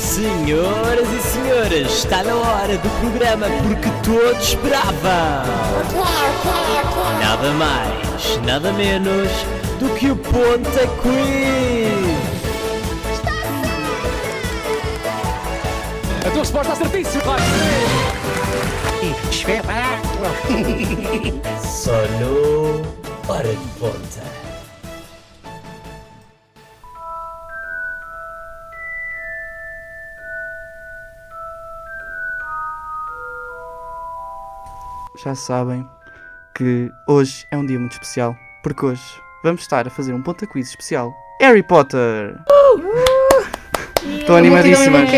Senhoras e senhores, está na hora do programa porque todos esperavam. Nada mais, nada menos do que o Ponta Quiz. A tua resposta está certíssima. Vai. Só no Hora de Ponta. já sabem que hoje é um dia muito especial, porque hoje vamos estar a fazer um ponta quiz especial Harry Potter! Estão animadíssimas!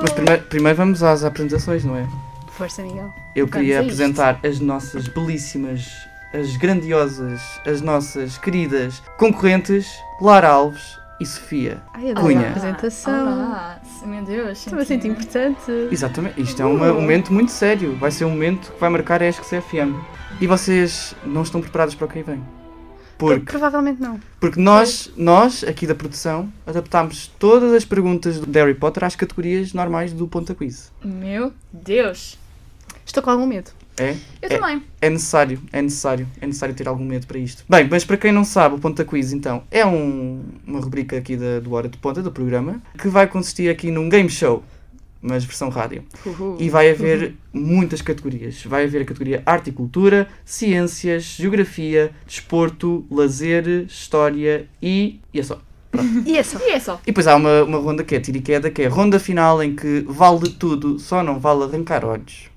Mas primeiro, primeiro vamos às apresentações, não é? Força, Miguel. Eu queria Vamos a isto. apresentar as nossas belíssimas, as grandiosas, as nossas queridas concorrentes Lara Alves e Sofia. Ai, adoro Cunha. a apresentação. Ah, Olá, meu Deus. Estou a sentir importante. Exatamente, isto é uma- um momento muito sério, vai ser um momento que vai marcar a ESC-CFM. E vocês não estão preparados para o que aí vem? Porque Provavelmente não. Porque nós, nós, aqui da produção, adaptámos todas as perguntas do Harry Potter às categorias normais do Ponta Quiz. Meu Deus. Estou com algum medo. É? Eu É. também. É necessário, é necessário, é necessário ter algum medo para isto. Bem, mas para quem não sabe, o Ponta Quiz, então, é um- uma rubrica aqui da, do Hora de Ponta, do programa, que vai consistir aqui num game show, mas versão rádio. Uhul. E vai haver Uhum. muitas categorias. Vai haver a categoria Arte e Cultura, Ciências, Geografia, Desporto, Lazer, História e... e é só. E é só. E é só. E depois há uma, uma ronda que é tiro e queda, que é a ronda final em que vale tudo, só não vale arrancar olhos.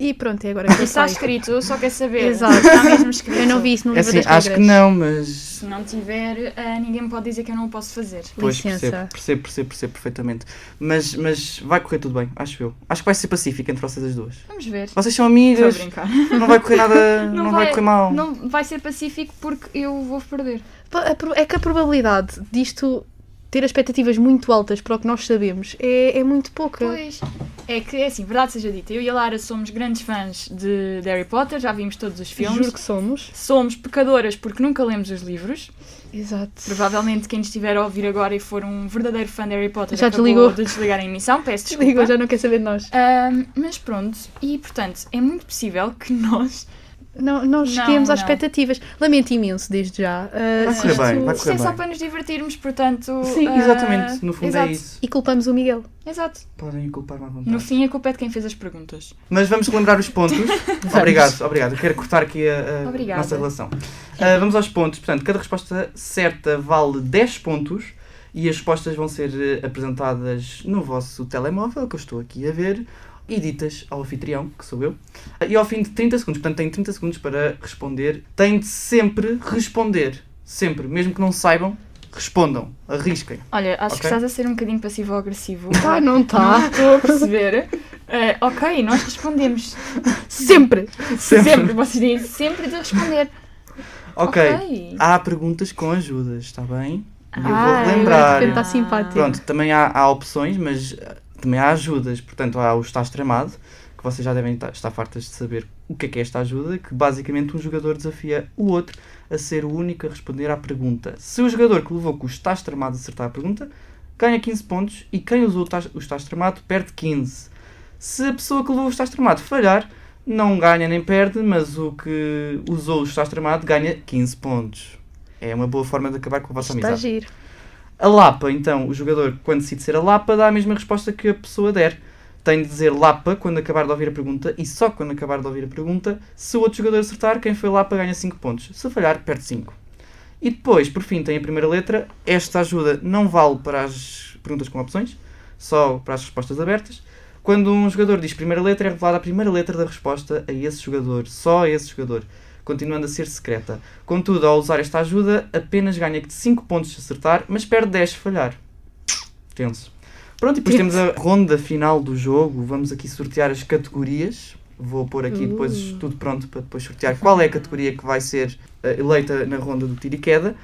E pronto, é agora que eu Está sei. escrito, eu só quero saber. Exato. Está mesmo escrito. Eu não vi Hum, isso no É livro assim, das acho que regras. não, mas. Se não tiver, ah, ninguém me pode dizer que eu não o posso fazer. Pois percebo, Licença. percebo, percebo, percebo perfeitamente. Mas, mas vai correr tudo bem, acho eu. Acho que vai ser pacífico entre vocês as duas. Vamos ver. Vocês são Estou a amigas, brincar. não vai correr nada. não, Não vai, vai- correr mal. Não vai ser pacífico porque eu vou perder. Pa- a pro- É que a probabilidade disto ter expectativas muito altas para o que nós sabemos é, é muito pouca. Pois. É que, é assim, verdade seja dita, eu e a Lara somos grandes fãs de, de Harry Potter, já vimos todos os filmes. Juro que somos. Somos pecadoras porque nunca lemos os livros. Exato. Provavelmente quem estiver a ouvir agora e for um verdadeiro fã de Harry Potter Já acabou desligou. de desligar a emissão, peço desculpa. Ligou, já não quer saber de nós. Ahm, mas pronto, e portanto, é muito possível que nós. Não, nós Não, cheguemos às não. expectativas. Lamento imenso, desde já. Vai correr Ah, bem, isto- vai correr Isto é só bem. para nos divertirmos, portanto. Sim, ah, exatamente. No fundo exato, é isso. E culpamos o Miguel. Exato. Podem culpar-me à vontade. No fim, a culpa é de quem fez as perguntas. Mas vamos relembrar os pontos. obrigado, obrigado. Eu quero cortar aqui a, a Obrigada. nossa relação. Ah, vamos aos pontos. Portanto, cada resposta certa vale 10 pontos e as respostas vão ser eh, apresentadas no vosso telemóvel, que eu estou aqui a ver, e ditas ao anfitrião, que sou eu. Ah, E ao fim de 30 segundos, portanto, tem 30 segundos para responder. Tem de sempre responder. Sempre. Mesmo que não saibam, respondam. Arrisquem. Olha, acho que Ok. estás a ser um bocadinho passivo-agressivo. Ah, não tá. está. Estou a perceber. Ah, ok, nós respondemos. Sempre. Sempre. vocês dizem sempre de responder. ok. Há perguntas com ajudas, está bem? Eu Ah, vou De relembrar. repente está simpático. Pronto, também há, há opções, mas eh, também há ajudas. Portanto, há o Estás Tramado, que vocês já devem ta- estar fartas de saber o que é que é esta ajuda, que basicamente um jogador desafia o outro a ser o único a responder à pergunta. Se o jogador que levou com o Estás Tramado acertar a pergunta, ganha 15 pontos e quem usou o Tás- o Estás Tramado perde 15. Se a pessoa que levou o Estás Tramado falhar, não ganha nem perde, mas o que usou o Estás Tramado ganha 15 pontos. É uma boa forma de acabar com a vossa Está a amizade. giro. A Lapa, então, o jogador, quando decide ser a Lapa, dá a mesma resposta que a pessoa der. Tem de dizer Lapa quando acabar de ouvir a pergunta e só quando acabar de ouvir a pergunta, se o outro jogador acertar, quem foi Lapa ganha 5 pontos. Se falhar, perde 5. E depois, por fim, tem a primeira letra. Esta ajuda não vale para as perguntas com opções, só para as respostas abertas. Quando um jogador diz primeira letra, é revelada a primeira letra da resposta a esse jogador, só a esse jogador, continuando a ser secreta. Contudo, ao usar esta ajuda, apenas ganha 5 pontos se acertar, mas perde 10 se falhar. Tenso. Pronto, e depois temos a ronda final do jogo. Vamos aqui sortear as categorias. Vou pôr aqui depois Uh. tudo pronto para depois sortear qual é a categoria que vai ser eh, eleita na ronda do tiro e queda.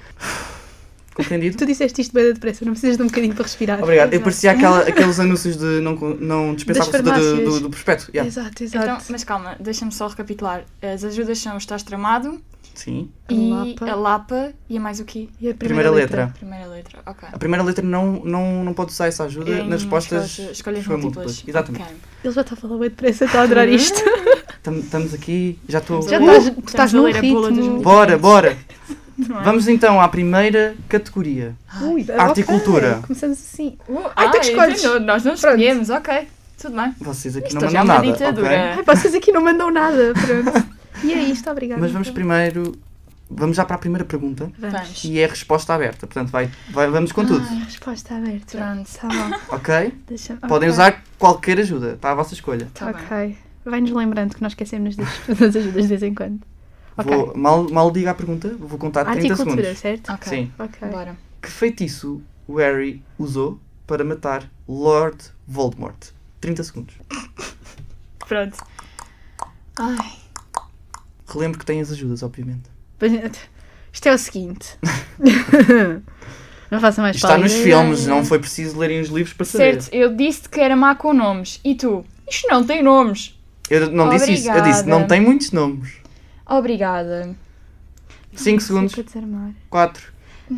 Compreendido? Tu disseste isto bem depressa, não precisas de um bocadinho para respirar. Obrigado. Eu parecia aquela- aqueles anúncios de não, con- não dispensava Das o do, do, farmácias. do prospecto. Yeah. Exato, Então, exato. mas calma, deixa-me só recapitular. As ajudas são estás tramado, Sim. E Lapa. a Lapa e a mais o quê? E a primeira, Primeira letra. letra. Primeira letra, ok. A primeira letra não, não, não pode usar essa ajuda Em nas respostas. escolhas- escolhas escolha múltiplas. Exatamente. Ok. Ele já está a falar bem depressa, está a adorar isto. Tam- Estamos aqui, já estou. Uh, Já Uh, estás, estamos estás a num ler a bola dos ritmo. músicos. Bora, bora! Não é? Vamos então à primeira categoria. Ui, Arte e ok, cultura. Começamos assim. Uh, Ai, tu ah, escolhes. entendo, Nós não escolhemos, ok. Tudo bem. Vocês aqui Isto não já é mandam uma nada. ditadura. ok? Ai, vocês aqui não mandam nada, pronto. E é isto, obrigada. Mas vamos primeiro. Vamos já para a primeira pergunta. Vamos. E é a resposta aberta. Portanto, vai, vai- vamos com tudo. Ai, resposta aberta. Pronto. Tá bom, Ah, Ok? deixa Podem ok. usar qualquer ajuda. Está à vossa escolha. Tá bem. ok. Vai-nos lembrando que nós esquecemos das, das ajudas de vez em quando. Ok. Vou, mal, mal diga a pergunta, vou contar Ah, Arte e 30 cultura, segundos. certo? tipo, Ok. Sim. Ok. Bora. Que feitiço o Harry usou para matar Lord Voldemort? 30 segundos. Pronto. Ai, Relembro que tem as ajudas, obviamente. Pois, Isto é o seguinte. não faça mais Está nos pausas. filmes, não foi preciso lerem os livros para saber. certo, eu disse que era má com nomes. E tu? Isto não tem nomes. Eu não disse isso, eu disse, Obrigada. não tem muitos nomes. Obrigada. 5 Não sei segundos, para desarmar. 4,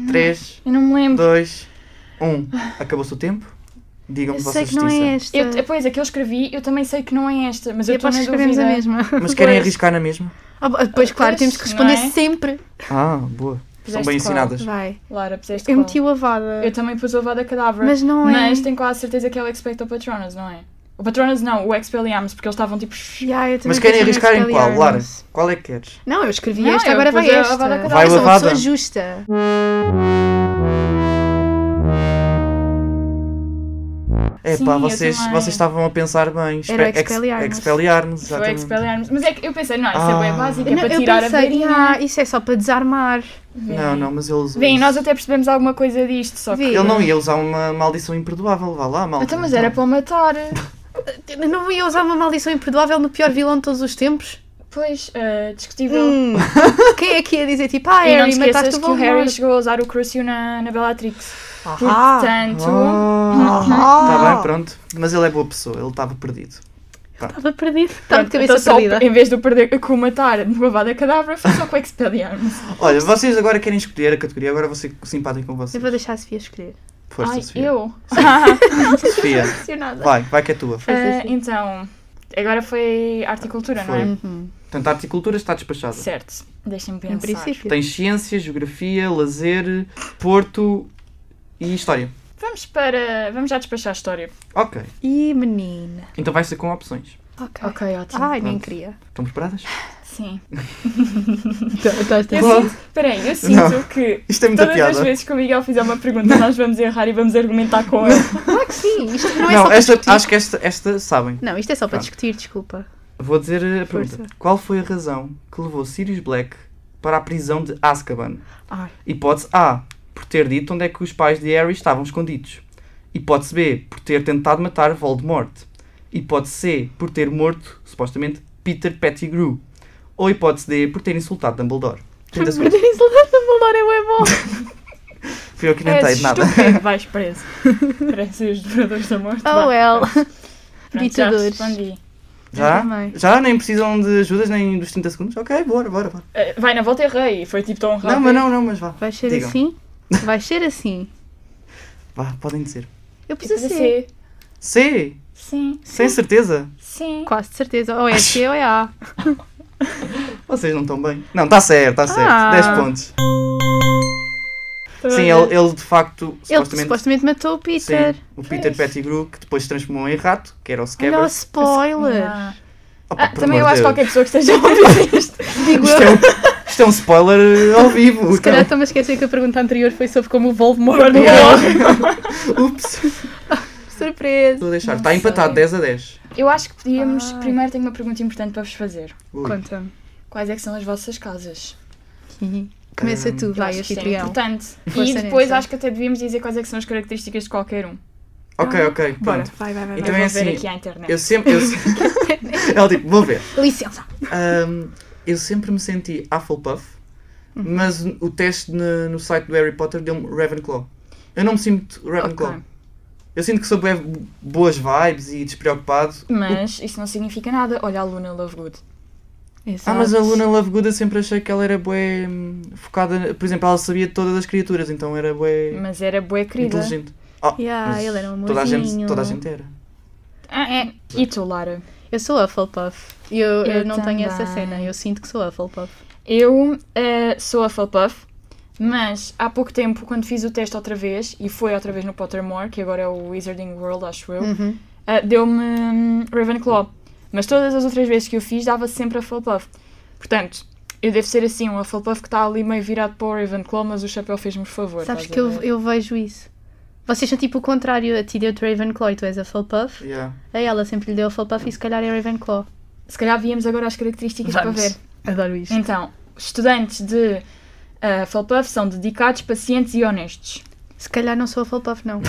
3, Eu não me lembro. 2, 1. Acabou-se o tempo? Digam-me Eu vossa sei que justiça. não é esta. Eu, pois, a que eu escrevi, eu também sei que não é esta, mas E eu estou aposto na que escrevemos dúvida. a mesma. Mas querem Pois. arriscar na mesma? Ah, bo- Pois claro, Pois, temos que não responder é? sempre. Ah, boa. São Fizeste bem qual? ensinadas. Vai. Lara, puseste Eu qual? meti o avada. Eu também pus o Avada Kedavra. Mas não é. Mas tenho quase certeza que é o Expecto Patronus, não é? O Patronus não, o Expelliarmus, porque eles estavam tipo... Ya, eu também Mas querem pensei arriscar em nesse qual? Lara, Aliarmus. qual é que queres? Não, eu escrevi Não, esta, eu agora pus vai a- a esta. Avada eu sou uma Kedavra. pessoa justa. É Sim, pá, eu vocês, também. vocês estavam a pensar bem. Espe- Era o ex- Expelliarmus. Expelliarmus, Foi o exatamente. Expelliarmus. Mas é que eu pensei, não, isso é Ah. bem básico, é Não, para eu tirar a pensei, varinha. ah, isso é só para desarmar. Não, não, mas ele usou. Vem, isso. nós até percebemos alguma coisa disto, só que... Vê. Ele não ia usar uma maldição imperdoável, vá lá, maldição. Então, mas era para o matar. Eu Não ia usar uma maldição imperdoável no pior vilão de todos os tempos? Pois, ah, discutível. Hum. Quem é que ia dizer tipo, ah, E não Harry, te esqueças mataste o que o Harry Voldemort? chegou a usar o Crucio na, na Bellatrix. Ah, Portanto, Está Tá bem, ah, pronto. Mas ele é boa pessoa, ele estava perdido. estava perdido. Estava de Pronto, Tá cabeça então só perdida. em vez de o perder com o matar numa vada cadavra, foi só com o Expelliarmus. Olha, vocês agora querem escolher a categoria, agora vou ser simpático com Eu vocês. vou deixar a Sofia escolher. Força, Ai, Sofia. eu? Sofia, Impressionada. vai, vai que é tua. Ah, então, agora foi horticultura, não Foi. é? Portanto, a articultura está despachada. Certo, deixem-me Em pensar. princípio. Tens ciência, geografia, lazer, porto e história. Vamos para... vamos já despachar a história. Ok. E menina. Então vai ser com opções. Ok. Ok, ótimo. Ai, nem Pronto. queria. Estão preparadas? Ah, Sim. Tá, Estás Eu Bom. sinto... Peraí, eu sinto Não. que... Isto é muita Todas piada. as vezes que o Miguel fizer uma pergunta, nós vamos errar e vamos argumentar com ele. Claro que sim. Isto não é só Não, para esta, discutir. acho que esta, esta sabem. Não, isto é só para Pronto. discutir, desculpa. Vou dizer a Força. pergunta. Qual foi a razão que levou Sirius Black para a prisão de Azkaban? Ai. Hipótese A. Por ter dito onde é que os pais de Harry estavam escondidos. Hipótese B. Por ter tentado matar Voldemort. Hipótese C. Por ter morto, supostamente, Peter Pettigrew. Ou hipótese D. Por ter insultado Dumbledore. 30 segundos. Perderem soldado da Moldar é bué bom. Fui eu que não És É entendi nada. É estúpido, vais preso. Parece os devoradores da morte. Oh Vá. well. Pronto, já ditadores. respondi. Já? também. Já? Nem precisam de ajudas nem dos 30 segundos? Ok, bora, bora, bora. Eh, Vai na volta errei, foi tipo tão rápido. Não, é. mas não, não, mas vá. Vai ser Digam. assim? Vai ser assim. Vá, podem dizer. Eu preciso Precisa ser. ser. C. Tipo assim, Sim, Sem certeza. sim. Quase de certeza. Ou é C ou é A. Vocês não estão bem. Não, está certo, está certo. Ah. tá 10 pontos. Estou a Sim, ver. ele, ele de facto, Ele supostamente. que supostamente matou o Peter. Sim, o Peter Pettigrew, que depois se transformou em rato, que era o Olha o Scabbers. spoiler. Ah, Opa, Ah, por também eu amor acho de que Deus. qualquer pessoa que esteja a ouvir isto. Digo Isto eu. é, um, isto é um spoiler ao vivo. Se calhar estão a esquecer que a pergunta anterior foi sobre como o Voldemort morreu. Eu- Ups. Surpresa. Vou deixar. Está empatado, 10 a 10. Eu acho que podíamos. Ai. Primeiro tenho uma pergunta importante para vos fazer. Ui. Conta-me. Quais é que são as vossas casas? Começa tu, Eu vai, acho que este isto é trião. importante. Força E depois nessa. acho que até devíamos dizer quais é que são as características de qualquer um. Ok, ok. Bora. Pronto. Vai, vai, vai. Então eu é vou ver assim, aqui à internet. Eu sempre. Eu sempre... Ela tipo, vou ver. vai. Licença. Ahm, eu sempre me senti Hufflepuff, Uhum. mas o teste na- no, site do Harry Potter deu-me Ravenclaw. Eu não me sinto Ravenclaw. Ok. Eu sinto que sou bué boas vibes e despreocupado. Mas isso não significa nada. Olha a Luna Lovegood. Exato. Ah, mas a Luna Lovegood eu sempre achei que ela era bué hum, focada. Por exemplo, ela sabia todas as criaturas, então era bué Mas era boa querida. inteligente. Oh, Yeah, mas ele era um toda a gente, amorzinho. toda a gente era. Ah, é. E tu, Lara? Eu sou Hufflepuff. E eu, eu Eu não tenho essa também. cena. Eu sinto que sou Hufflepuff. Eu eh, sou a Hufflepuff, mas há pouco tempo, quando fiz o teste outra vez, e foi outra vez no Pottermore, que agora é o Wizarding World, acho eu, Uhum. eh, deu-me hum, Ravenclaw. Mas todas as outras vezes que eu fiz, dava sempre a Hufflepuff. Portanto, eu devo ser assim, um Hufflepuff que está ali meio virado para o Ravenclaw, mas o chapéu fez-me favor. Sabes estás a que eu, ver? eu vejo isso. Vocês são tipo o contrário. A ti deu-te Ravenclaw e tu és a Hufflepuff. Yeah. A ela sempre lhe deu a Hufflepuff e se calhar é Ravenclaw. Se calhar víamos agora as características Vamos. para ver. Adoro isto. Então, estudantes de uh, Hufflepuff são dedicados, pacientes e honestos. Se calhar não sou a Hufflepuff, não.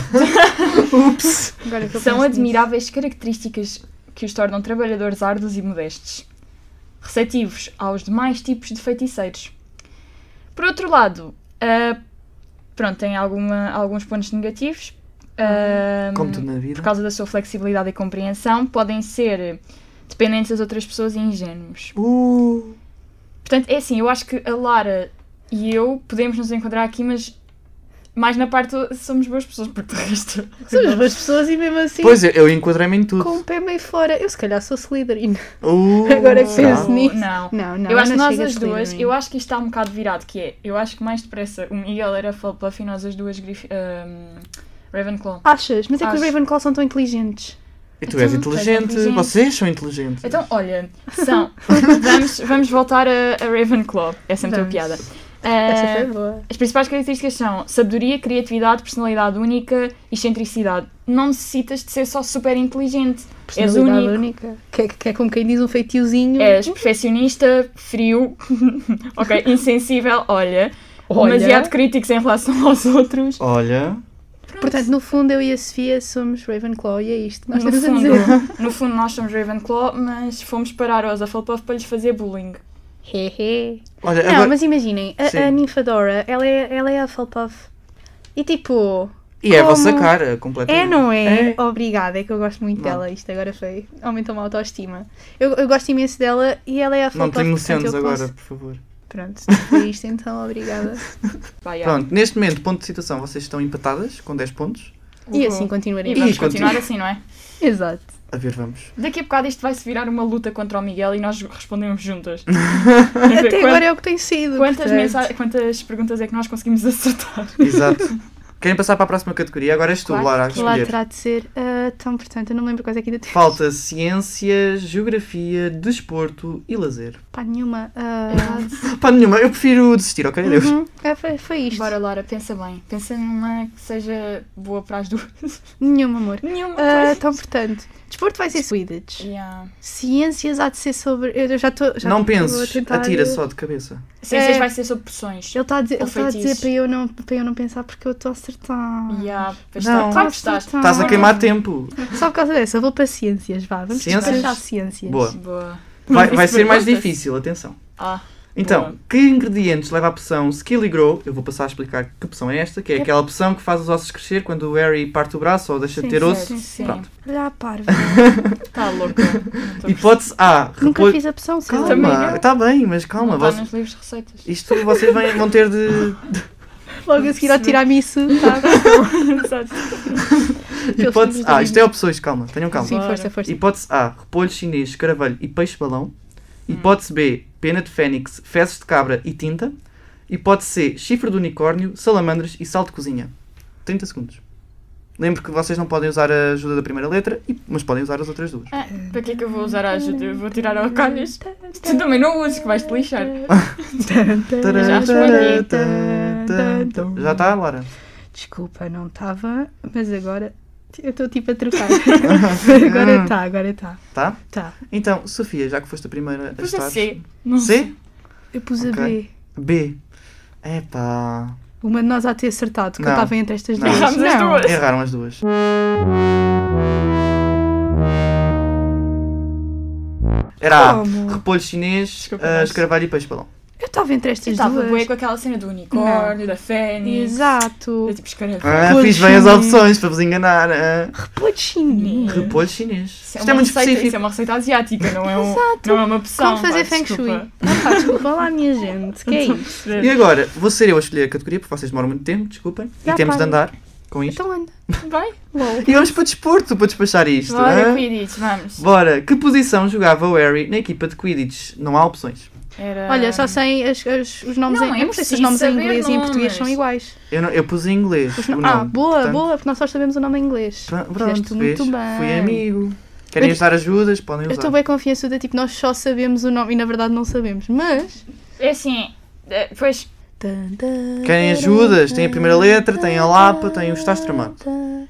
Ups! Agora que eu São penso admiráveis características que os tornam trabalhadores árduos e modestos. Receptivos aos demais tipos de feiticeiros. Por outro lado, uh, pronto, tem alguma- alguns pontos negativos. Uh, Como tudo na vida. por causa da sua flexibilidade e compreensão, podem ser dependentes das outras pessoas e ingênuos. Uh, Portanto, é assim, eu acho que a Lara e eu podemos nos encontrar aqui, mas mais na parte somos boas pessoas, porque de resto. nisso. Somos boas pessoas e mesmo assim. pois eu, eu enquadrei-me em tudo. Com o pé meio fora. Eu se calhar sou Slytherin. Uh, Agora que será? penso nisso. Não. Não, não. eu acho que não nós chego a as duas, Slytherin. eu acho que isto está um bocado virado, que é, eu acho que mais depressa o Miguel era Fluff e nós as duas Grif ahm, Ravenclaw. Achas? Mas é que os Acho. Ravenclaw são tão inteligentes. E tu és Então, inteligente, tu és inteligente. vocês são inteligentes. Então, olha, são. vamos, vamos voltar a, a Ravenclaw, essa é a tua Vamos. piada. Essa Ah, foi boa. As principais características são sabedoria, criatividade, personalidade única e excentricidade. Não necessitas de ser só super inteligente. És Personalidade único. É. única. Que é, que é como quem diz um feitiozinho. És perfeccionista, frio, ok, insensível, olha, Olha. demasiado críticos em relação aos outros. Olha, Portanto, no fundo, eu e a Sofia somos Ravenclaw e é isto. que Nós no, estamos a fundo, dizer. no fundo, nós somos Ravenclaw, mas fomos parar aos Hufflepuff para lhes fazer bullying. Hehe. olha, Não, agora. mas imaginem, a, a Sim. Ninfadora, ela é, ela é a Hufflepuff. E tipo, E é a vossa como- cara, é, completamente. não é? É. Obrigada, é que eu gosto muito Não. dela. Isto agora foi. Aumentou-me a autoestima. Eu, eu gosto imenso dela e ela é a Não Hufflepuff. te emociones portanto, eu agora, posso- por favor. Pronto, foi isto então, obrigada. Vai, é. Pronto, neste momento, ponto de situação, vocês estão empatadas com 10 pontos. E assim E continuaremos. vamos E continuar continua. assim, não é? Exato. A ver, vamos. Daqui a bocado isto vai se virar uma luta contra o Miguel e nós respondemos juntas. Até agora é o que tem sido. Quantas, portanto. mensa- quantas perguntas é que nós conseguimos acertar? Exato. Querem passar para a próxima categoria? Agora és tu, Claro, Lara, a Que lá escolher. terá de ser. Ah, então, portanto, eu não me lembro quais é que ainda tem. Falta ciência, geografia, desporto e lazer. Pá, nenhuma. ah, Pá, nenhuma, eu prefiro desistir, ok? Adeus. uhum. Ah, foi, foi isto. Bora, Lara, pensa bem. Pensa numa que seja boa para as duas. Nenhuma, amor. Nenhuma. Ah, então, portanto, desporto vai ser Swedish. Yeah. Ciências há de ser sobre. Eu já estou. já não estou a penses, tentar- atira só de cabeça. Ciências É. vai ser sobre pressões. Ele está a dizer, Ou ele tá a dizer feitiços. para, eu não, para eu não pensar porque eu estou a acertar. Yeah, pois Não. está. Claro que estás. Tá. Estás a Ah. queimar tempo. Só por causa dessa, eu vou para ciências, vá. Vamos Ciências? despachar ciências. Boa. Boa. Vai, Isso vai ser mais perguntas. difícil, atenção. Ah, Então, Boa. que ingredientes leva a poção Skill e Grow? Eu vou passar a explicar que poção é esta, que é aquela poção que faz os ossos crescer quando o Harry parte o braço ou deixa de Sim, ter certo. osso. sim, sim. Pronto. Olha a parva. Está louca. Não tô a perceber. Hipótese A. Nunca repor- fiz a opção, sei lá. Também Calma, não. está bem, mas calma. Não tá voce- nos livros de receitas. Isto vocês vêm- vão ter de. Logo a seguir ao tiramisu. Tá? tipo, Exato. Eu Hipótese fiz A. também. Isto é opções, calma, tenham calma. Sim, Bora. força, força. Hum. Hipótese A, repolho chinês, caravelho e peixe-balão. Hipótese B, pena de fênix, fezes de cabra e tinta. Hipótese C, chifre de unicórnio, salamandras e sal de cozinha. 30 segundos. Lembro que vocês não podem usar a ajuda da primeira letra, e- mas podem usar as outras duas. Ah, para que é que eu vou usar a ajuda? Eu Vou tirar Ah, ao calhas. Tu também não usas, que vais te lixar. Hum, já respondi. Já está, Lara? Desculpa, não estava, mas agora eu estou tipo a trocar. agora está, agora está. Tá? Tá. Então, Sofia, já que foste a primeira a Pois é, estar... C. Não sei. Ah, C? Eu pus a Ok. B. B. Epá... Uma de nós há de ter acertado, que eu Não. estava entre estas Não. duas. Erramos as duas. Erraram as duas. Era A, Como? repolho chinês, Desculpa, ah, mas- escarvalho ah, e peixe-balão. Eu estava entre Eu estas estava bué duas. com aquela cena do unicórnio, da fênix. Exato. Eu tipo, escrevo. Ah, Repolho fiz bem as chinês. opções para vos enganar. ah. Repolho chinês. Repolho chinês. Isso Isto é muito receita, Isso é específico. uma receita asiática, não é, um, não é uma opção. Como fazer pá, Feng Shui? desculpa. Então, Ah, pá, desculpa lá, minha gente. Que é isso? Não estou E a perceber. agora, vou ser eu a escolher a categoria, porque vocês demoram muito tempo, desculpem. Já e temos de para. andar com isto. Então anda. Vai, LOL. E vamos para o desporto, para despachar isto. bora, ah? Quidditch, vamos. Bora, que posição jogava o Harry na equipa de Quidditch? Não há opções. Era- Olha, só sei as- as- os nomes Não, em. é Eu não sei se os preciso nomes em saber inglês e em português nomes. são iguais. Eu, não- eu pus em inglês o nome. ah, boa, portanto, boa, porque nós só sabemos o nome em inglês. pra- Fizeste um Pronto, muito vês? bem. Fui amigo. Querem Eu- ajudar ajudas? Podem Eu usar. estou bem confiançuda, tipo, nós só sabemos o nome e na verdade não sabemos, mas. É assim, é, pois, Tan, tan, Querem taran, ajudas? Tem a primeira letra, tan, tem a Lapa, tan, tem o Estastramado. tan,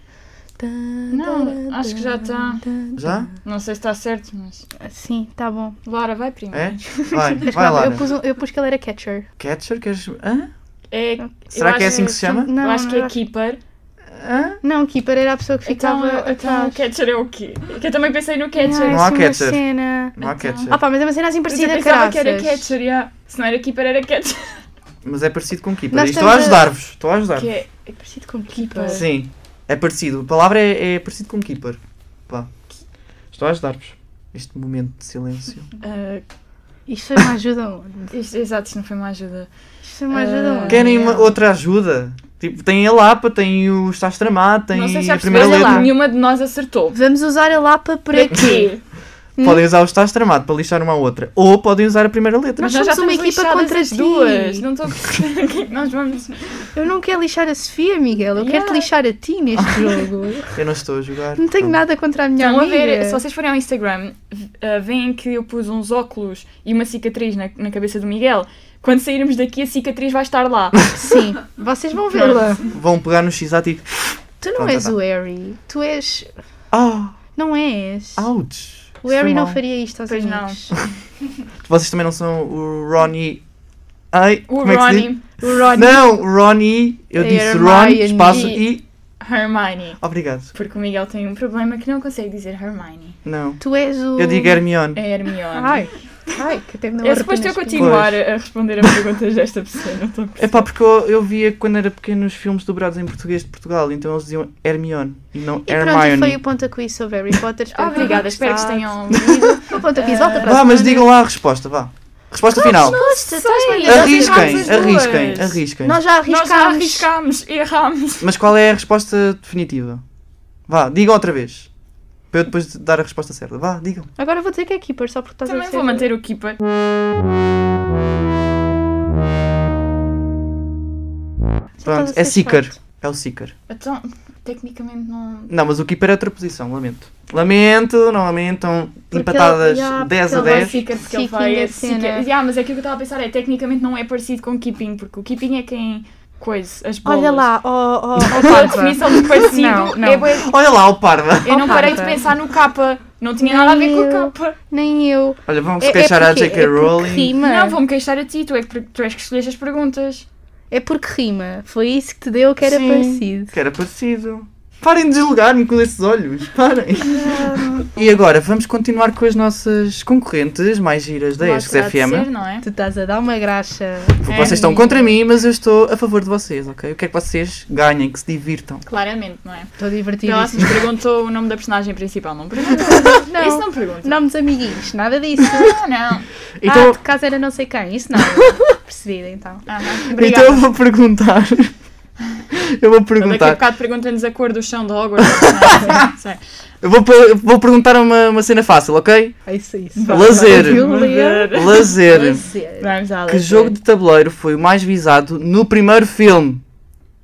tan, Não, taran, acho que já tá. tan, Já? não sei se está certo, mas. tan. Sim, tá bom. Laura, vai primeiro. É? Vai, Mas vai calma, lá. eu pus, um- eu pus que ele era catcher. Catcher? Queres. Hã? É, Será eu que é acho- assim que se chama? Não, eu acho que não, é keeper. Hã? Não, keeper era a pessoa que Então, ficava eu- então atrás. catcher é o quê? Que eu também pensei no Ai, catcher. Não há sim, uma catcher. Cena. Não há Então. catcher. Ah pá, mas é uma cena assim Mas eu parecida pensava caraças. que era catcher, yeah. se não era keeper, era catcher. Mas é parecido com keeper. Nós Estou a estamos a- ajudar-vos. Estou a ajudar. Que é, É parecido com keeper. Sim. Sim. É parecido. A palavra é, é parecido com keeper. Pá. Estou a ajudar-vos. Este momento de silêncio. ah, Isto foi uma ajuda onde? isto- exato, isto não foi uma ajuda. Isto foi uma ajuda Ah. onde? Querem uma Daniel. outra ajuda? Tipo, tem a Lapa, tem o Estás Tramado, tem não sei se já a primeira percebeste, letra. lá. nenhuma de nós acertou. Vamos usar a Lapa por aqui. Podem usar o Estás Tramado para lixar uma à outra. Ou podem usar a primeira letra. Nós somos uma estamos equipa lixadas contra as ti. duas. Não estou a perceber o que é que nós vamos. Eu não quero lixar a Sofia, Miguel. Eu quero te Yeah. lixar a ti neste jogo. Eu não estou a jogar. Não tenho Pronto. nada contra a minha Estão a amiga. ver, se vocês forem ao Instagram, v- ah, veem que eu pus uns óculos e uma cicatriz na, na cabeça do Miguel. Quando sairmos daqui, a cicatriz vai estar lá. Sim, vocês vão vê-la. Vão pegar no x tipo, e. Tu não Pronto, és tá. o Harry. Tu és... Ah! Não és. Ouch! o Harry Ah, Foi não mal. faria isto aos Pois não. amigos. Vocês também não são o Ronnie. Ai, O como é que se diz? Ronnie, O Ronnie. Não, Ronnie. Eu É disse Hermione. Ron, espaço e. Hermione. Obrigado. Porque o Miguel tem um problema que não consegue dizer Hermione. Não. Tu és o... Eu digo Hermione. É Hermione. Ai, ai, que até me deu é uma suposto eu arrepio nas continuar a responder a perguntas desta pessoa, não estou a É perceber. pá, porque eu, eu via quando era pequeno os filmes dobrados em português de Portugal, então eles diziam Hermione e não E pronto, Hermione. foi o ponto a quiz sobre Harry Potter. Espero que Obrigada, tenham espero que gostado. tenham ouvido. O ponto a quiz volta para a Vá, Ah, mas semana. digam lá a resposta, vá. Resposta final. Nossa, estás bem. Nós Arrisquem, erramos as duas. arrisquem, arrisquem. Nós já Nós já arriscámos. arriscámos, errámos. Mas qual é a resposta definitiva? Vá, digam outra vez. Para eu depois dar a resposta certa. Vá, digam. Agora vou dizer que é keeper, só porque estás a Também dizer. vou manter o keeper. Só estás Pronto, a é ser seeker. chato. É o seeker. Então, tecnicamente não. Não, mas o keeper é outra posição, lamento. Lamento, não lamentam. Porque Empatadas ele- já, 10 a porque ele vai 10. Seeker, porque ele Seeking vai. é É cena. seeker. Yeah, mas é que o que eu estava a pensar é tecnicamente não é parecido com keeping, porque o keeping é quem coisa, as bolas. Olha lá, ó, ó, A ó, tua Parva. definição de parecido Não, não. é bué- Olha lá o parva. Eu não Opa. parei de pensar no capa. Não tinha nada a ver com o Meu. capa. Nem eu. Olha, vão-se queixar a porque- J.K. é porque Rowling. Rima. Não, vou-me queixar a ti. Tu é, que, tu és que escolheste as perguntas. É porque rima. Foi isso que te deu que era Sim. parecido. Que era parecido. Parem de julgar-me com esses olhos. Parem. E agora, vamos continuar com as nossas concorrentes mais giras da Lá terá ESCS de ser, FM. não é? Tu estás a dar uma graxa. Porque É. Vocês estão contra mim, mas eu estou a favor de vocês, ok? Eu quero que vocês ganhem, que se divirtam. Claramente, não é? Estou Ela divertidíssima. se perguntou o nome da personagem principal. Não perguntou. Não, Isso não pergunta. nomes amiguinhos, nada disso. Não, não. Ah, Então, de casa era não sei quem, isso não. Percebida então. Ah, não. então Obrigada. eu vou perguntar. Eu vou Então, Daqui a perguntar. bocado pergunta-nos a cor do chão do Hogwarts. Não, é? sei, sei. Eu vou, per- vou perguntar uma, uma cena fácil, ok? É isso, isso. Lazer. Eu lembro. Lazer. Vamos à Que letra. jogo de tabuleiro foi o mais visado no primeiro filme?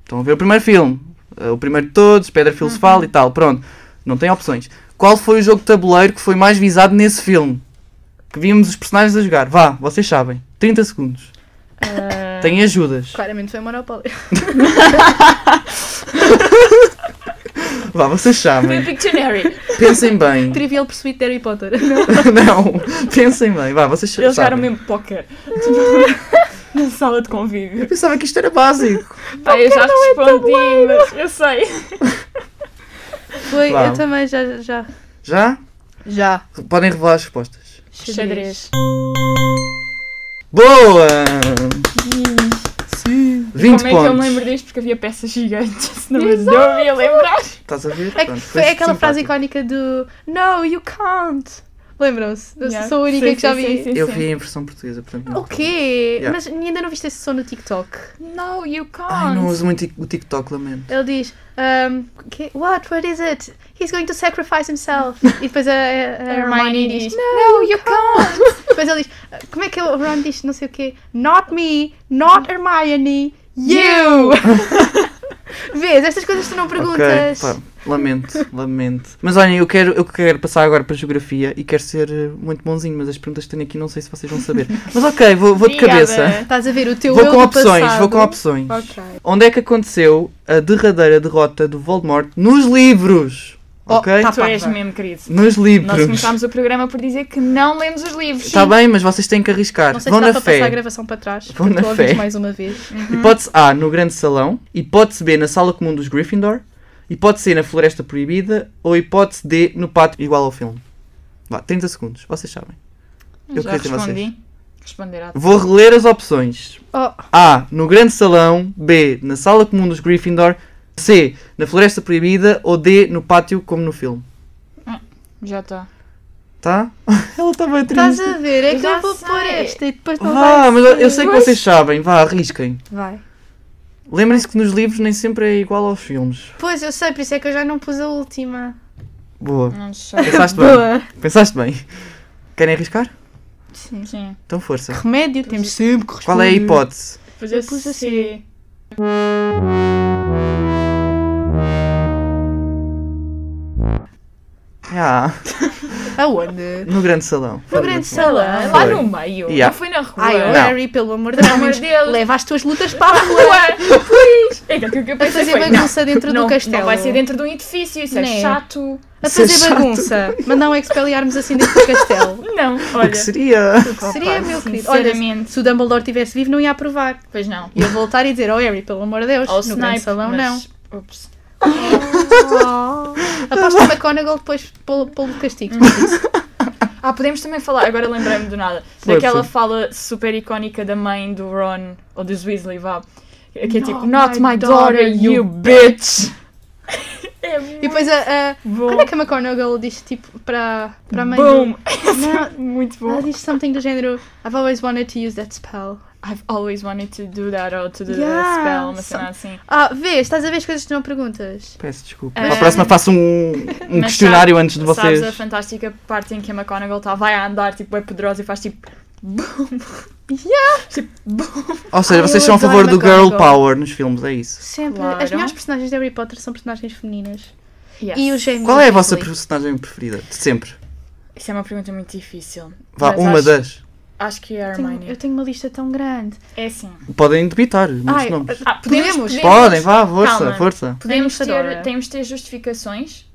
Estão a ver o primeiro filme? Eh, O primeiro de todos, Pedra Uhum. Filosofal e tal, pronto. Não tem opções. Qual foi o jogo de tabuleiro que foi mais visado nesse filme? Que víamos os personagens a jogar. Vá, vocês sabem. 30 segundos. Ah, Têm ajudas. Claramente foi monopólio. Vá, vocês Foi o sabem. Pictionary. Pensem bem. Trivial Pursuit de Harry Potter. Não, pensem bem. Vá, vocês Eles jogaram sabem. mesmo póquer. Na sala de convívio. Eu pensava que isto era básico. Pá, eu já é respondi, mas eu sei. Foi, Vá. eu também já. Já. Já? já. é Podem revelar as respostas. Xadrez. Boa! Sim. 20 Como é que eu me pontos. lembro disto? Porque havia peças gigantes, não, mas não me ia lembrar. Estás a ver? É, que Pronto, foi aquela simpático. frase icónica do No, you can't. Lembram-se? Eu Yeah. sou a única Sim, que já sim, vi. sim, sim, Eu sim. vi em versão portuguesa, portanto. não. O quê? Yeah. Mas ainda não viste esse som no TikTok? No, you can't. Ai, não uso muito o TikTok, lamento. Ele diz: um, que- What? What is it? He's going to sacrifice himself. E depois a, a- a Hermione diz: "Não." No, you can't. Depois ele diz: "Ah, Como é que o Ron diz não sei o quê? Not me, not Hermione, you! Vês? Estas coisas tu não perguntas. Ok, pá, lamento, lamento. Mas olhem, eu quero, eu quero passar agora para a geografia e quero ser eh, muito bonzinho, mas as perguntas que tenho aqui não sei se vocês vão saber. Mas ok, vou, vou de Obrigada. cabeça. Estás a ver o teu Vou eu com do opções, passado. vou com opções. Ok. Onde é que aconteceu a derradeira derrota do Voldemort nos livros? Oh, Ok? então tá. Tu és mesmo, querido. Nos Nós livros. começámos o programa por dizer que não lemos os livros. Está Tá bem, mas vocês têm que arriscar. Não sei Vão se dá na para fé. passar a gravação para trás. Vou porque na tu ouves fé. mais uma vez. Hipótese A, ah, no grande salão. Hipótese B, na sala comum dos Gryffindor. Hipótese C, na floresta proibida. Ou hipótese D, no pátio igual ao filme. Vá, 30 segundos, vocês sabem. Eu Já queria ter respondi. vocês. Responder à Vou reler as opções. Oh, A, no grande salão. B, na sala comum dos Gryffindor. C, na floresta proibida. Ou D, no pátio como no filme. Já tá. está. Tá? Ela está bem estás triste. a ver? É que Já eu vou sei. pôr esta e depois não Vá, vai mas eu- eu ser. sei que vocês sabem. Vá, arrisquem. Vai. Lembrem-se que nos livros nem sempre é igual aos filmes. Pois, eu sei, por isso é que eu já não pus a última. Boa. Não sei. Pensaste bem. Pensaste bem. Querem arriscar? Sim. Sim. Então força. Remédio, temos sempre que Qual é a hipótese? Pois Eu eu pus pus assim. Ah, Aonde? no grande salão. assim. No grande Lá, salão. lá Foi. no meio. Yeah. Eu fui na rua. Ai, oh, Não. Harry, pelo amor de Deus, amor de Deus. leva as tuas lutas para a rua. Ué, Pois. É que aquilo que eu A pensei fazer foi, bagunça dentro não, do não, castelo. não vai ser dentro de um edifício, isso Né. é chato. A Isso é fazer chato. bagunça. Mandar um expeliarmos assim dentro do castelo. Não, O olha. que seria? Seria, Opa, meu querido. Olha, Sinceramente. se o Dumbledore estivesse vivo, não ia aprovar. Pois não. Ia voltar e dizer, oh Harry, pelo amor de Deus, Ao no grande Snape, salão não. mas- Ups. Aposto que o McGonagall depois pô- pô-lo castigo. Hum. Ah, podemos também falar, agora lembrei-me do nada, Foi, daquela foi. fala super icónica da mãe do Ron, ou dos Weasley, vá. Que é Not tipo, not my my daughter, daughter, you you bitch. É E depois a... a- bom. Quando é que a McGonagall diz, tipo, para para a mãe Boom. Ah, do... Não, Muito ela bom. diz something do género, I've always wanted to use that spell. I've always wanted to do that, or to do Yeah, that spell, uma some- cena assim. Ah, vês, estás a ver as coisas que não perguntas? Peço desculpa. Ah. Para a próxima faço um, um Mas questionário sabe- antes de Sabes a vocês. fantástica parte em que a McGonagall tá, vai a andar, tipo, é poderosa e faz tipo, boom. Tipo, boom. Ou seja, Ai, vocês eu são a adoro favor do girl McGonagall. power nos filmes, é isso. Sempre. Claro. As melhores personagens de Harry Potter são personagens femininas. Yes. E o gêmeo. Qual é a vossa Weasley. personagem preferida? De sempre. Isso é uma pergunta muito difícil. Vá, Mas uma acho, das. Acho que é a Tenho- Eu Hermione. tenho uma lista tão grande. É assim. Podem debitar muitos Ai, nomes. Ah, Podemos? Podem, vá, força, Calma. força. Podemos Administradora. ter, temos de ter justificações.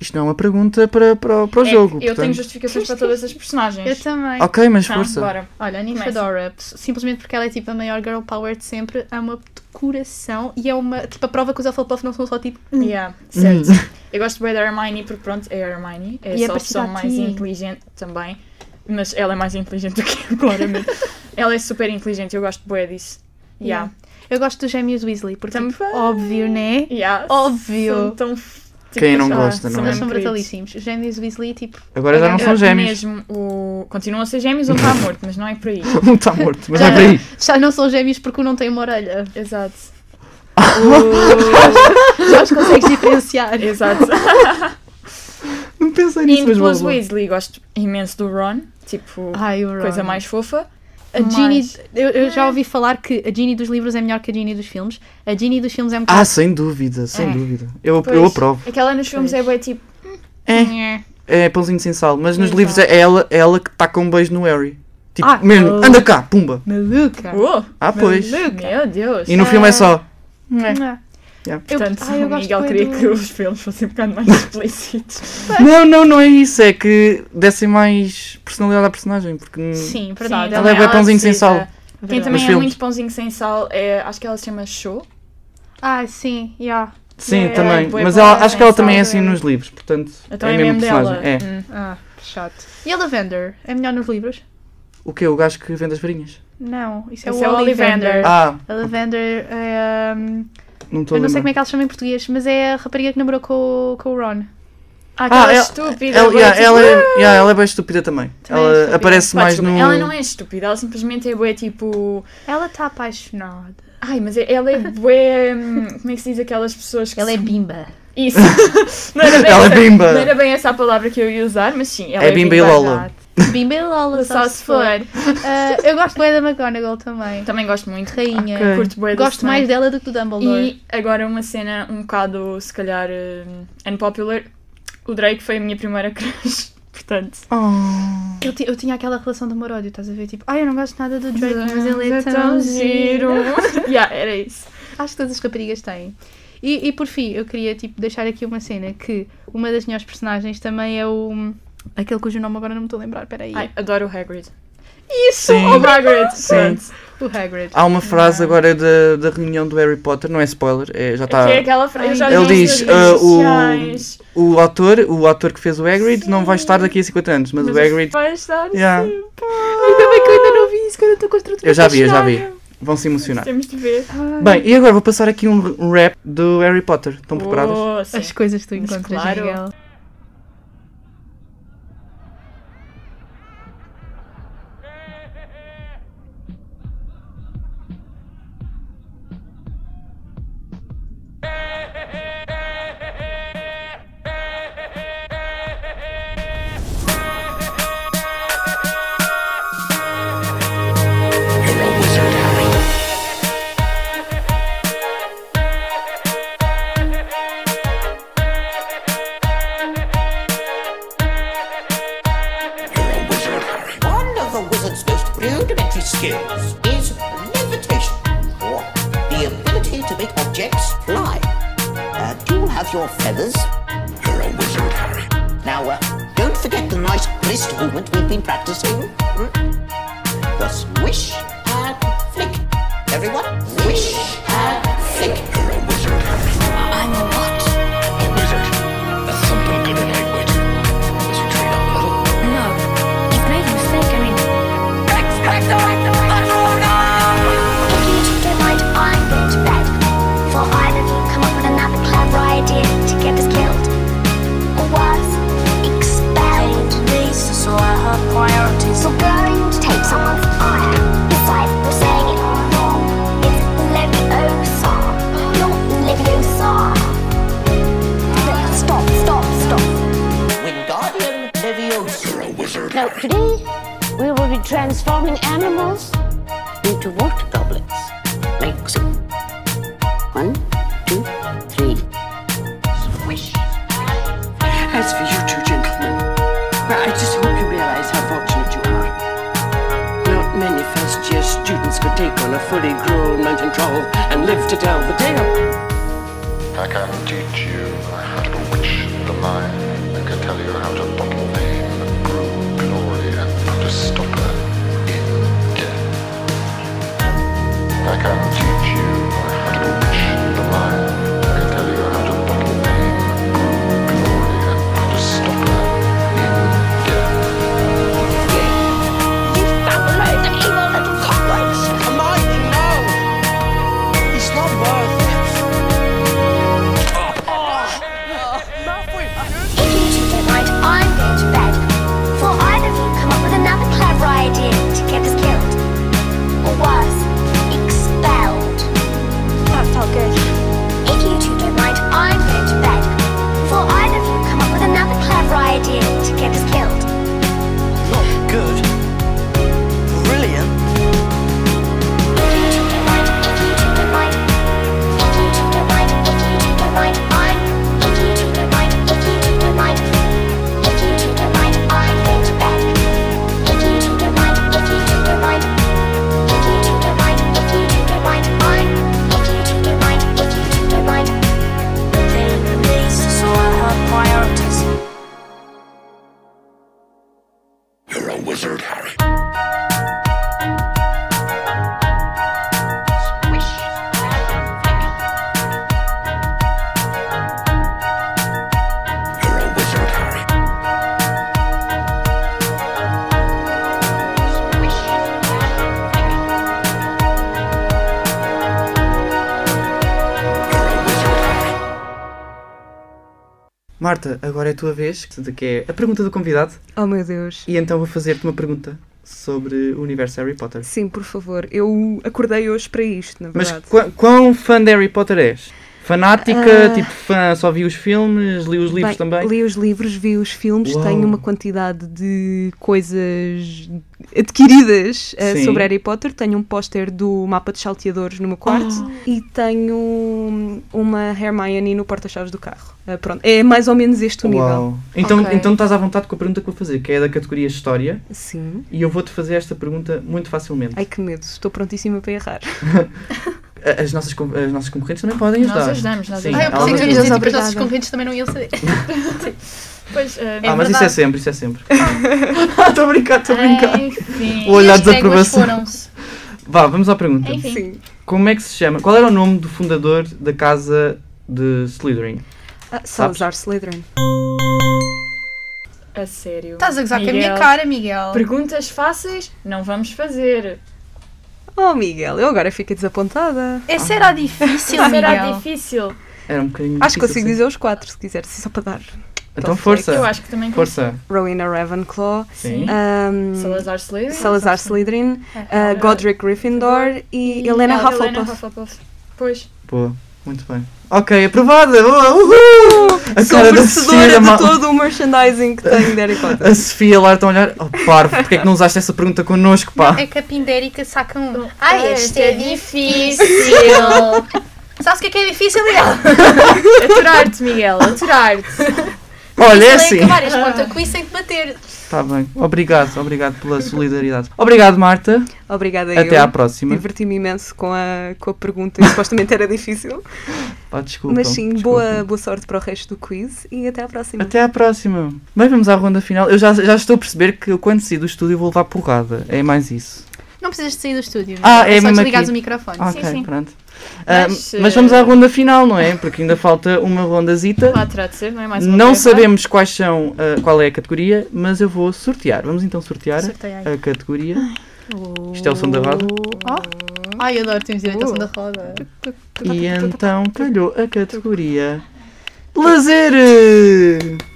Isto não é uma pergunta para, para, o- para o É, jogo. eu tenho portanto. justificações para todas as personagens. Eu Ah, também. Ok, mas Então, força. bora. Olha, a Ninfadora, simplesmente porque ela é tipo a maior girl power de sempre, é uma decoração e é uma. Tipo, a prova que os Hufflepuff não são só tipo. Yeah, Hum. certo. Hum. Eu gosto bem da Hermione porque, pronto, é a Hermione. É E é só a parecida pessoa a mais ti. inteligente também. Mas ela é mais inteligente do que eu, claramente. ela é super inteligente, eu gosto bem disso. Yeah. um. Eu gosto dos gêmeos Weasley, porque Também. tipo, óbvio, né? yeah. Óbvio. São tão. f- tipo, Quem não ah, gosta, não são é? Eles mesmo são queridos. brutalíssimos. Os gêmeos Weasley, tipo. Agora já não são Eu- gêmeos. é Mesmo o. Continuam a ser gêmeos, um está morto, mas não é por aí. Um está morto, mas Já, é para aí. já não são gêmeos porque um não tem uma orelha. Exato. Já os consegues diferenciar. Exato. Não pensei nisso, E mas vou. pelos vou. Weasley, gosto imenso do Ron. Tipo, Ah, Ai, o Ron. coisa mais fofa. A Ginny, Mas- eu, eu já ouvi falar que a Ginny dos livros é melhor que a Ginny dos filmes. A Ginny dos filmes é um Ah, bocado. sem dúvida, sem É. dúvida. Eu, eu Pois, aprovo. Aquela nos filmes é bem tipo. É. É pãozinho sem sal, mas nos Sim, livros tá. é ela, é ela que taca um beijo no Harry. Tipo, Ah, mesmo, oh. anda cá, pumba. Maluca! Uou! Ah, pois. Meu Deus! E no filme é só. É. Yeah. Eu, Portanto, ai, eu o gosto Miguel bué queria do- que os filmes fossem um bocado mais explícitos. Não, não, não é isso. É que dessem mais personalidade à personagem. Porque hum, Sim, Sim, verdade. ela é também bem pãozinho sem precisa. sal. Quem Verdade. também Nos é filmes. muito pãozinho sem sal é. Acho que ela se chama Show. Ah, sim, yeah. Sim, É, também. é bué mas ela, pãozinho acho que ela sem também é sal, assim é. nos livros. Portanto, Então é é, a mesma mesmo personagem. dela. É. Hum. Ah, chato. E a Lavender? É melhor nos livros? O quê? O gajo que vende as varinhas? Não, isso é Esse o Ollivander. Ah, Ollivander é. hum, não estou a eu não sei lembrar. como é que ela se chama em português, mas é a rapariga que namorou com, o- com o Ron. Ah, aquela Ah, ela- estúpida. Ela, agora yeah, tipo, ela, é, yeah, ela é bem estúpida também. Também é ela estúpida. aparece pá, mais desculpa, no. Ela não é estúpida, ela simplesmente é bué tipo. Ela está apaixonada. Ai, mas é- ela é bué. hum, Como é que se diz aquelas pessoas é que. se- bimba. Isso! não era bem Ela é essa- bimba. Não era bem essa a palavra que eu ia usar, mas sim. Ela É é, bimba e lola. Bimba e Lola, Só se for. Ah, eu gosto bem da McGonagall também. Também gosto muito. Rainha. Ok. Curto bué da Gosto Snape. mais dela do que do Dumbledore. E agora uma cena um bocado, se calhar, hum, unpopular. O Drake foi a minha primeira crush. Portanto, Oh. Eu, ti- eu tinha aquela relação de amor-ódio, estás a ver? Tipo, ai, eu não gosto nada do Drake, mas ele é tão giro. yeah, era isso. Acho que todas as raparigas têm. E, e por fim, eu queria tipo, deixar aqui uma cena que uma das melhores personagens também é o. aquele cujo nome agora não me estou a lembrar, peraí. Ai, adoro o Hagrid. Oh, Isso! Sim. O Hagrid, Sim. pronto. O Hagrid. Há uma Ah. frase agora da, da reunião do Harry Potter, não é spoiler, é, já está. Que é aquela frase. eu já Ai, vi Ele nas diz, redes ah, o- sociais. O autor, o autor que fez o Hagrid não vai estar daqui a 50 anos, mas, Mas o Hagrid. Vai estar assim. Yeah. sempre. Ainda bem que eu ainda não vi isso quando eu estou construindo. Eu já vi, eu já vi. Vão se emocionar. Temos de ver. Bem, e agora vou passar aqui um rap do Harry Potter. Estão preparadas? Oh, sim. As coisas que tu Mas encontras, claro. Miguel. One of the wizard's most rudimentary skills is levitation, or the ability to make objects fly. Uh, do you have your feathers? You're a wizard, Harry. Now, uh, don't forget the nice wrist movement we've been practicing. Hmm? The swish and flick. Everyone, swish and flick. You're a wizard, Harry. I'm not. A wizard. That's something good in language. Unless you train up a little. No, you've made a mistake. I mean, correct, correct, all right, all right, all right. If you don't mind, I'm going to bed. Before either of you come up with another clever idea to get us killed or worse, expelled. These are her priorities. We're going to take someone's eye. Besides, we're saying it all wrong. It's Leviosa, not Leviosa. Stop, stop, stop. Wingardium Leviosa. You're a wizard. Now, today, we will be transforming animals into water goblets. Like so. One, two, three. Swish. As for you two gentlemen, well, I just hope you realize how fortunate you are. Not many first-year students could take on a fully grown mountain troll and live to tell the tale. I can teach you how to bewitch the mind. I can tell you how to bottle fame, brew glory, and how to stop her in death. I can teach you how to bewitch the mind. I can tell you how to bottle fame, brew glory, and how to stop her in death. You foul-mouthed and evil little cockroach! Come on, no! It's not worth it. Marta, agora é a tua vez, que é a pergunta do convidado. Oh meu Deus. E então vou fazer-te uma pergunta sobre o universo Harry Potter. Sim, por favor. Eu acordei hoje para isto, na Mas verdade. qu- quão fã de Harry Potter és? Fanática, Ah. tipo fã, só vi os filmes, li os livros Bem, também? Li os livros, vi os filmes, Uau. tenho uma quantidade de coisas adquiridas eh, Sim. sobre Harry Potter. Tenho um póster do mapa de salteadores no meu quarto Ah. e tenho hum, uma Hermione no porta-chaves do carro. Eh, pronto, é mais ou menos este o nível. Uau. Então, Ok. então estás à vontade com a pergunta que vou fazer, que é da categoria História, Sim. e eu vou-te fazer esta pergunta muito facilmente. Ai que medo, estou prontíssima para errar. A- As nossas, con- as nossas concorrentes também podem Nós ajudar. ajudamos, nós Sim, Ah, eu elas pensei que tu ajudam. ias dizer que os Obrigada. nossos convites também não iam saber. Pois, uh, Ah, mas isso é sempre, isso é sempre. Estou a brincar, estou a brincar. Enfim. O olhar E as de tréguas desaprovação. foram-se. Vá, vamos à pergunta. Enfim. Sim. Como é que se chama? Qual era o nome do fundador da casa de Slytherin? Ah, Salazar Slytherin. A sério. Estás Tá a gozar com a Miguel. é minha cara, Miguel. Perguntas fáceis não vamos fazer. Oh Miguel, eu agora fiquei desapontada. Essa era difícil, Isso era Miguel. difícil. Era um bocadinho Acho que difícil, consigo sim. dizer os quatro, se quiser, só para dar. Então Então foi. força, Eu acho que também força. Rowena Ravenclaw. Sim. ahm, consigo. Salazar Slytherin. Salazar Slytherin, Ah, uh, Godric Gryffindor e Helena Ah, Hufflepuff. Helena Hufflepuff. Pois. Boa, muito bem. Ok, aprovada! Boa, uhul! A Sou cara da é merecedora Sofia, de mal- todo o merchandising que tenho de Harry Potter. A Sofia lá está a olhar. Oh, parvo, porque é que não usaste essa pergunta connosco, pá? É que a Pindérica saca um. Ah, Ai, este é este é difícil. Sabes o que é que é difícil, Miguel? Aturar-te, Miguel. Aturar-te. Olha, é Sim. assim. acabar este ponto com isso sem te bater. Está bem, obrigado, obrigado pela solidariedade. Obrigado, Marta. Obrigada, Até eu. à próxima. Diverti-me imenso com a, com a pergunta, que supostamente era difícil. Pá, desculpa. Mas sim, desculpa. boa, boa sorte para o resto do quiz e até à próxima. Até à próxima. Bem, vamos à ronda final. Eu já, já estou a perceber que eu, quando sair do estúdio vou levar porrada. É mais isso. Não precisas de sair do estúdio. Ah, Miguel. é só mesmo desligares aqui. o microfone. Ah, Sim, ok, sim. pronto. Ah, Mas, Mas, eh, vamos à ronda final, não é? Porque ainda falta uma rondazita. Lá terá de ser, não é mais uma Não vez, sabemos quais são, ah, qual é a categoria, mas eu vou sortear. Vamos então sortear Sorteia aí. a categoria. Isto é o som da roda. Ai, eu adoro, temos direito Uh. ao som da roda. E então Tá calhou a categoria. Lazer!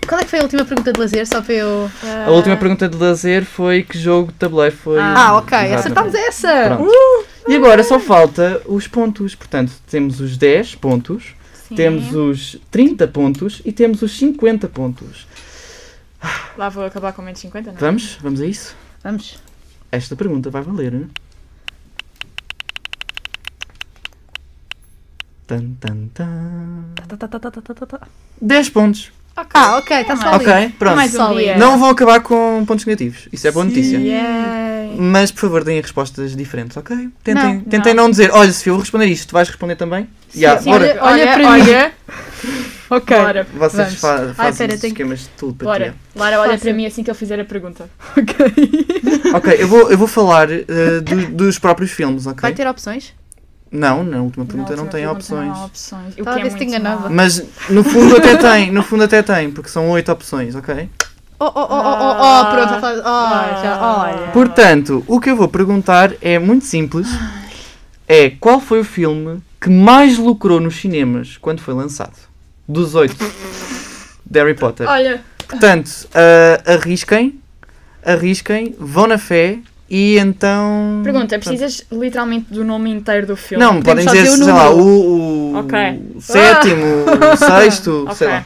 Qual é que foi a última pergunta de lazer? Só para eu. A Ah, última pergunta de lazer foi que jogo de tabuleiro foi. Ah, ok, Exatamente. acertámos essa! Pronto. E agora só falta os pontos. Portanto, temos os 10 pontos, Sim. temos os 30 pontos e temos os 50 pontos. Lá vou acabar com menos 50, não é? Vamos? Vamos a isso? Vamos. Esta pergunta vai valer, né? Tan, tan, tan. 10 pontos. Ah, ok, está só ali. Ok, pronto. Mais um Só dia. Não vão acabar com pontos negativos. Isso é boa notícia. Yay. Mas, por favor, deem respostas diferentes, ok? Tentem Não, não, tentem não. não. dizer, olha, Sofia, eu vou responder isto, tu vais responder também? Sim, Sim, olha, olha para mim. Ok. Bora, Vocês fa Ai, fazem pera, os tenho- esquemas de telepatia. bora. Lara, olha Fácil. para mim assim que eu fizer a pergunta. ok, eu vou, eu vou falar eh, do- dos próprios filmes, ok? Vai ter opções? Não, na última pergunta Na não, última tem pergunta opções. Não há opções. O Talvez que é tenha muito nada. mau. Mas no fundo até tem, no fundo até tem, porque são oito opções, ok? Oh, oh, oh, oh, Ah. oh, oh, pronto, já faz. Oh, já, olha. Portanto, o que eu vou perguntar é muito simples. É qual foi o filme que mais lucrou nos cinemas quando foi lançado? Dos oito. De Harry Potter. Olha, Portanto, ah, arrisquem, arrisquem, vão na fé e então. pergunta, é precisas literalmente do nome inteiro do filme? Não, podem só dizer, dizer o sei número. lá, o, o Ok. sétimo, o sexto, Ok. sei lá.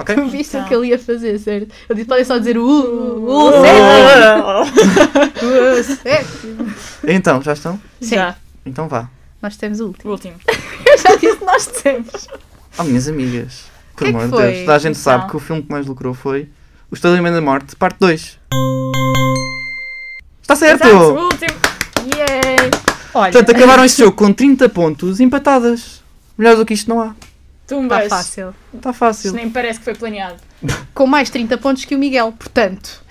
Ok? Viste o que ele ia fazer, certo? Eu disse, podem só dizer o. Oh. O. certo? É. Então, já estão? Sim. Já, Então vá. Nós temos o último. o último. Eu já disse, nós temos. Oh, minhas amigas. Por é Que que amor de foi? Deus. Toda a gente Então. sabe que o filme que mais lucrou foi O Estado da Morte, parte 2. Está certo! Exato, o último. Yay. Portanto, acabaram este jogo com 30 pontos empatadas. Melhor do que isto não há. Tumbas. Está fácil. Está fácil. Isto nem parece que foi planeado. Com mais 30 pontos que o Miguel, portanto.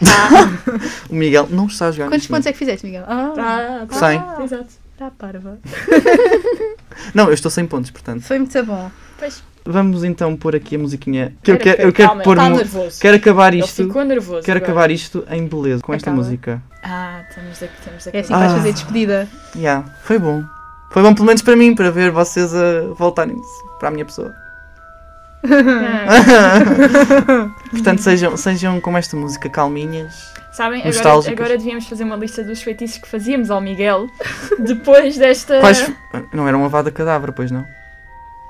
O Miguel não está a jogar Quantos pontos é que fizeste, Miguel? Ah, Ah, tá. 100. Exato. está parva. Não, eu estou sem pontos, portanto. Foi muito bom. Vamos então pôr aqui a musiquinha. Que eu Espera, quero, eu quero espera, calma, pôr. Tá mu- nervoso. Quero acabar Ele isto. ficou nervoso. Quero agora. acabar isto em beleza com esta Acaba. música. Ah, temos aqui, temos aqui. É assim que vais Ah. fazer despedida. Yeah, foi bom. Foi bom pelo menos para mim, para ver vocês a voltarem-se para a minha pessoa. Portanto, sejam, sejam como esta música, calminhas. Sabem? Agora, Nostálgicas. agora devíamos fazer uma lista dos feitiços que fazíamos ao Miguel depois desta. Quais. Não era uma vada cadáver, pois não?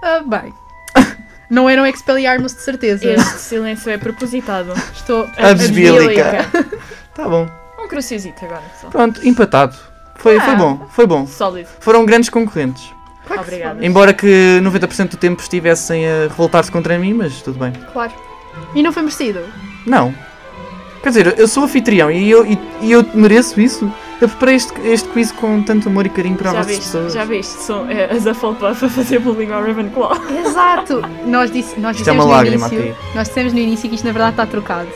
Ah, bem. Não um eram expeliarmos de certeza. Este silêncio é propositado. Estou. Absbílica. Absbílica. Tá bom. Um cruciosito agora, só. Pronto, empatado. Foi, foi Ah. bom, foi bom. Sólido. Foram grandes concorrentes. Obrigada. Embora que 90% do tempo estivessem a revoltar-se contra mim, mas tudo bem. Claro. E não foi merecido. Não. Quer dizer, eu sou anfitrião e eu, e, e eu mereço isso. Eu preparei este, este quiz com tanto amor e carinho para Já as viste, pessoas. já viste. São é, as a Hufflepuff a fazer bullying ao Ravenclaw. Exato. Nós, disse, nós Isto é dissemos uma no lágrima início. aqui. Nós dissemos no início que isto na verdade está trocado.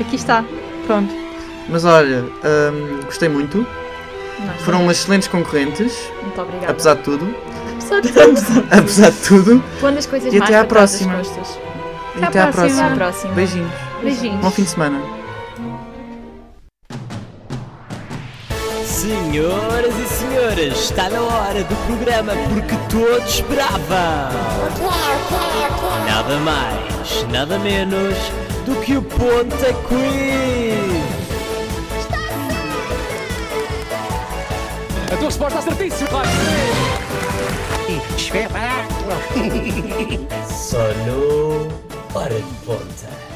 Aqui está. Pronto. Mas olha, hum, gostei muito. Nós Foram umas excelentes concorrentes, também. Muito obrigada. apesar de tudo. Apesar de Apesar de tudo. Quando as coisas E mais até à para trás das próxima. costas. E até à próxima. Até à próxima. próxima. Beijinhos. Beijinhos. Bom fim de semana. Senhoras e senhores, está na hora do programa porque todos esperavam. Nada mais, nada menos do que o Ponta Quiz. A tua resposta certíssima, Clara. Só no Hora de Ponta.